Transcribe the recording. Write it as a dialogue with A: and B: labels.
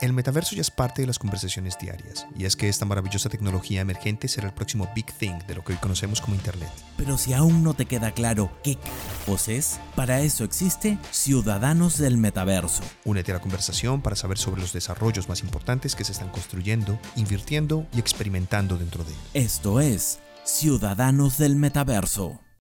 A: El metaverso ya es parte de las conversaciones diarias, y es que esta maravillosa tecnología emergente será el próximo big thing de lo que hoy conocemos como Internet.
B: Pero si aún no te queda claro qué carajos es, para eso existe Ciudadanos del Metaverso.
A: Únete a la conversación para saber sobre los desarrollos más importantes que se están construyendo, invirtiendo y experimentando dentro de él.
B: Esto es Ciudadanos del Metaverso.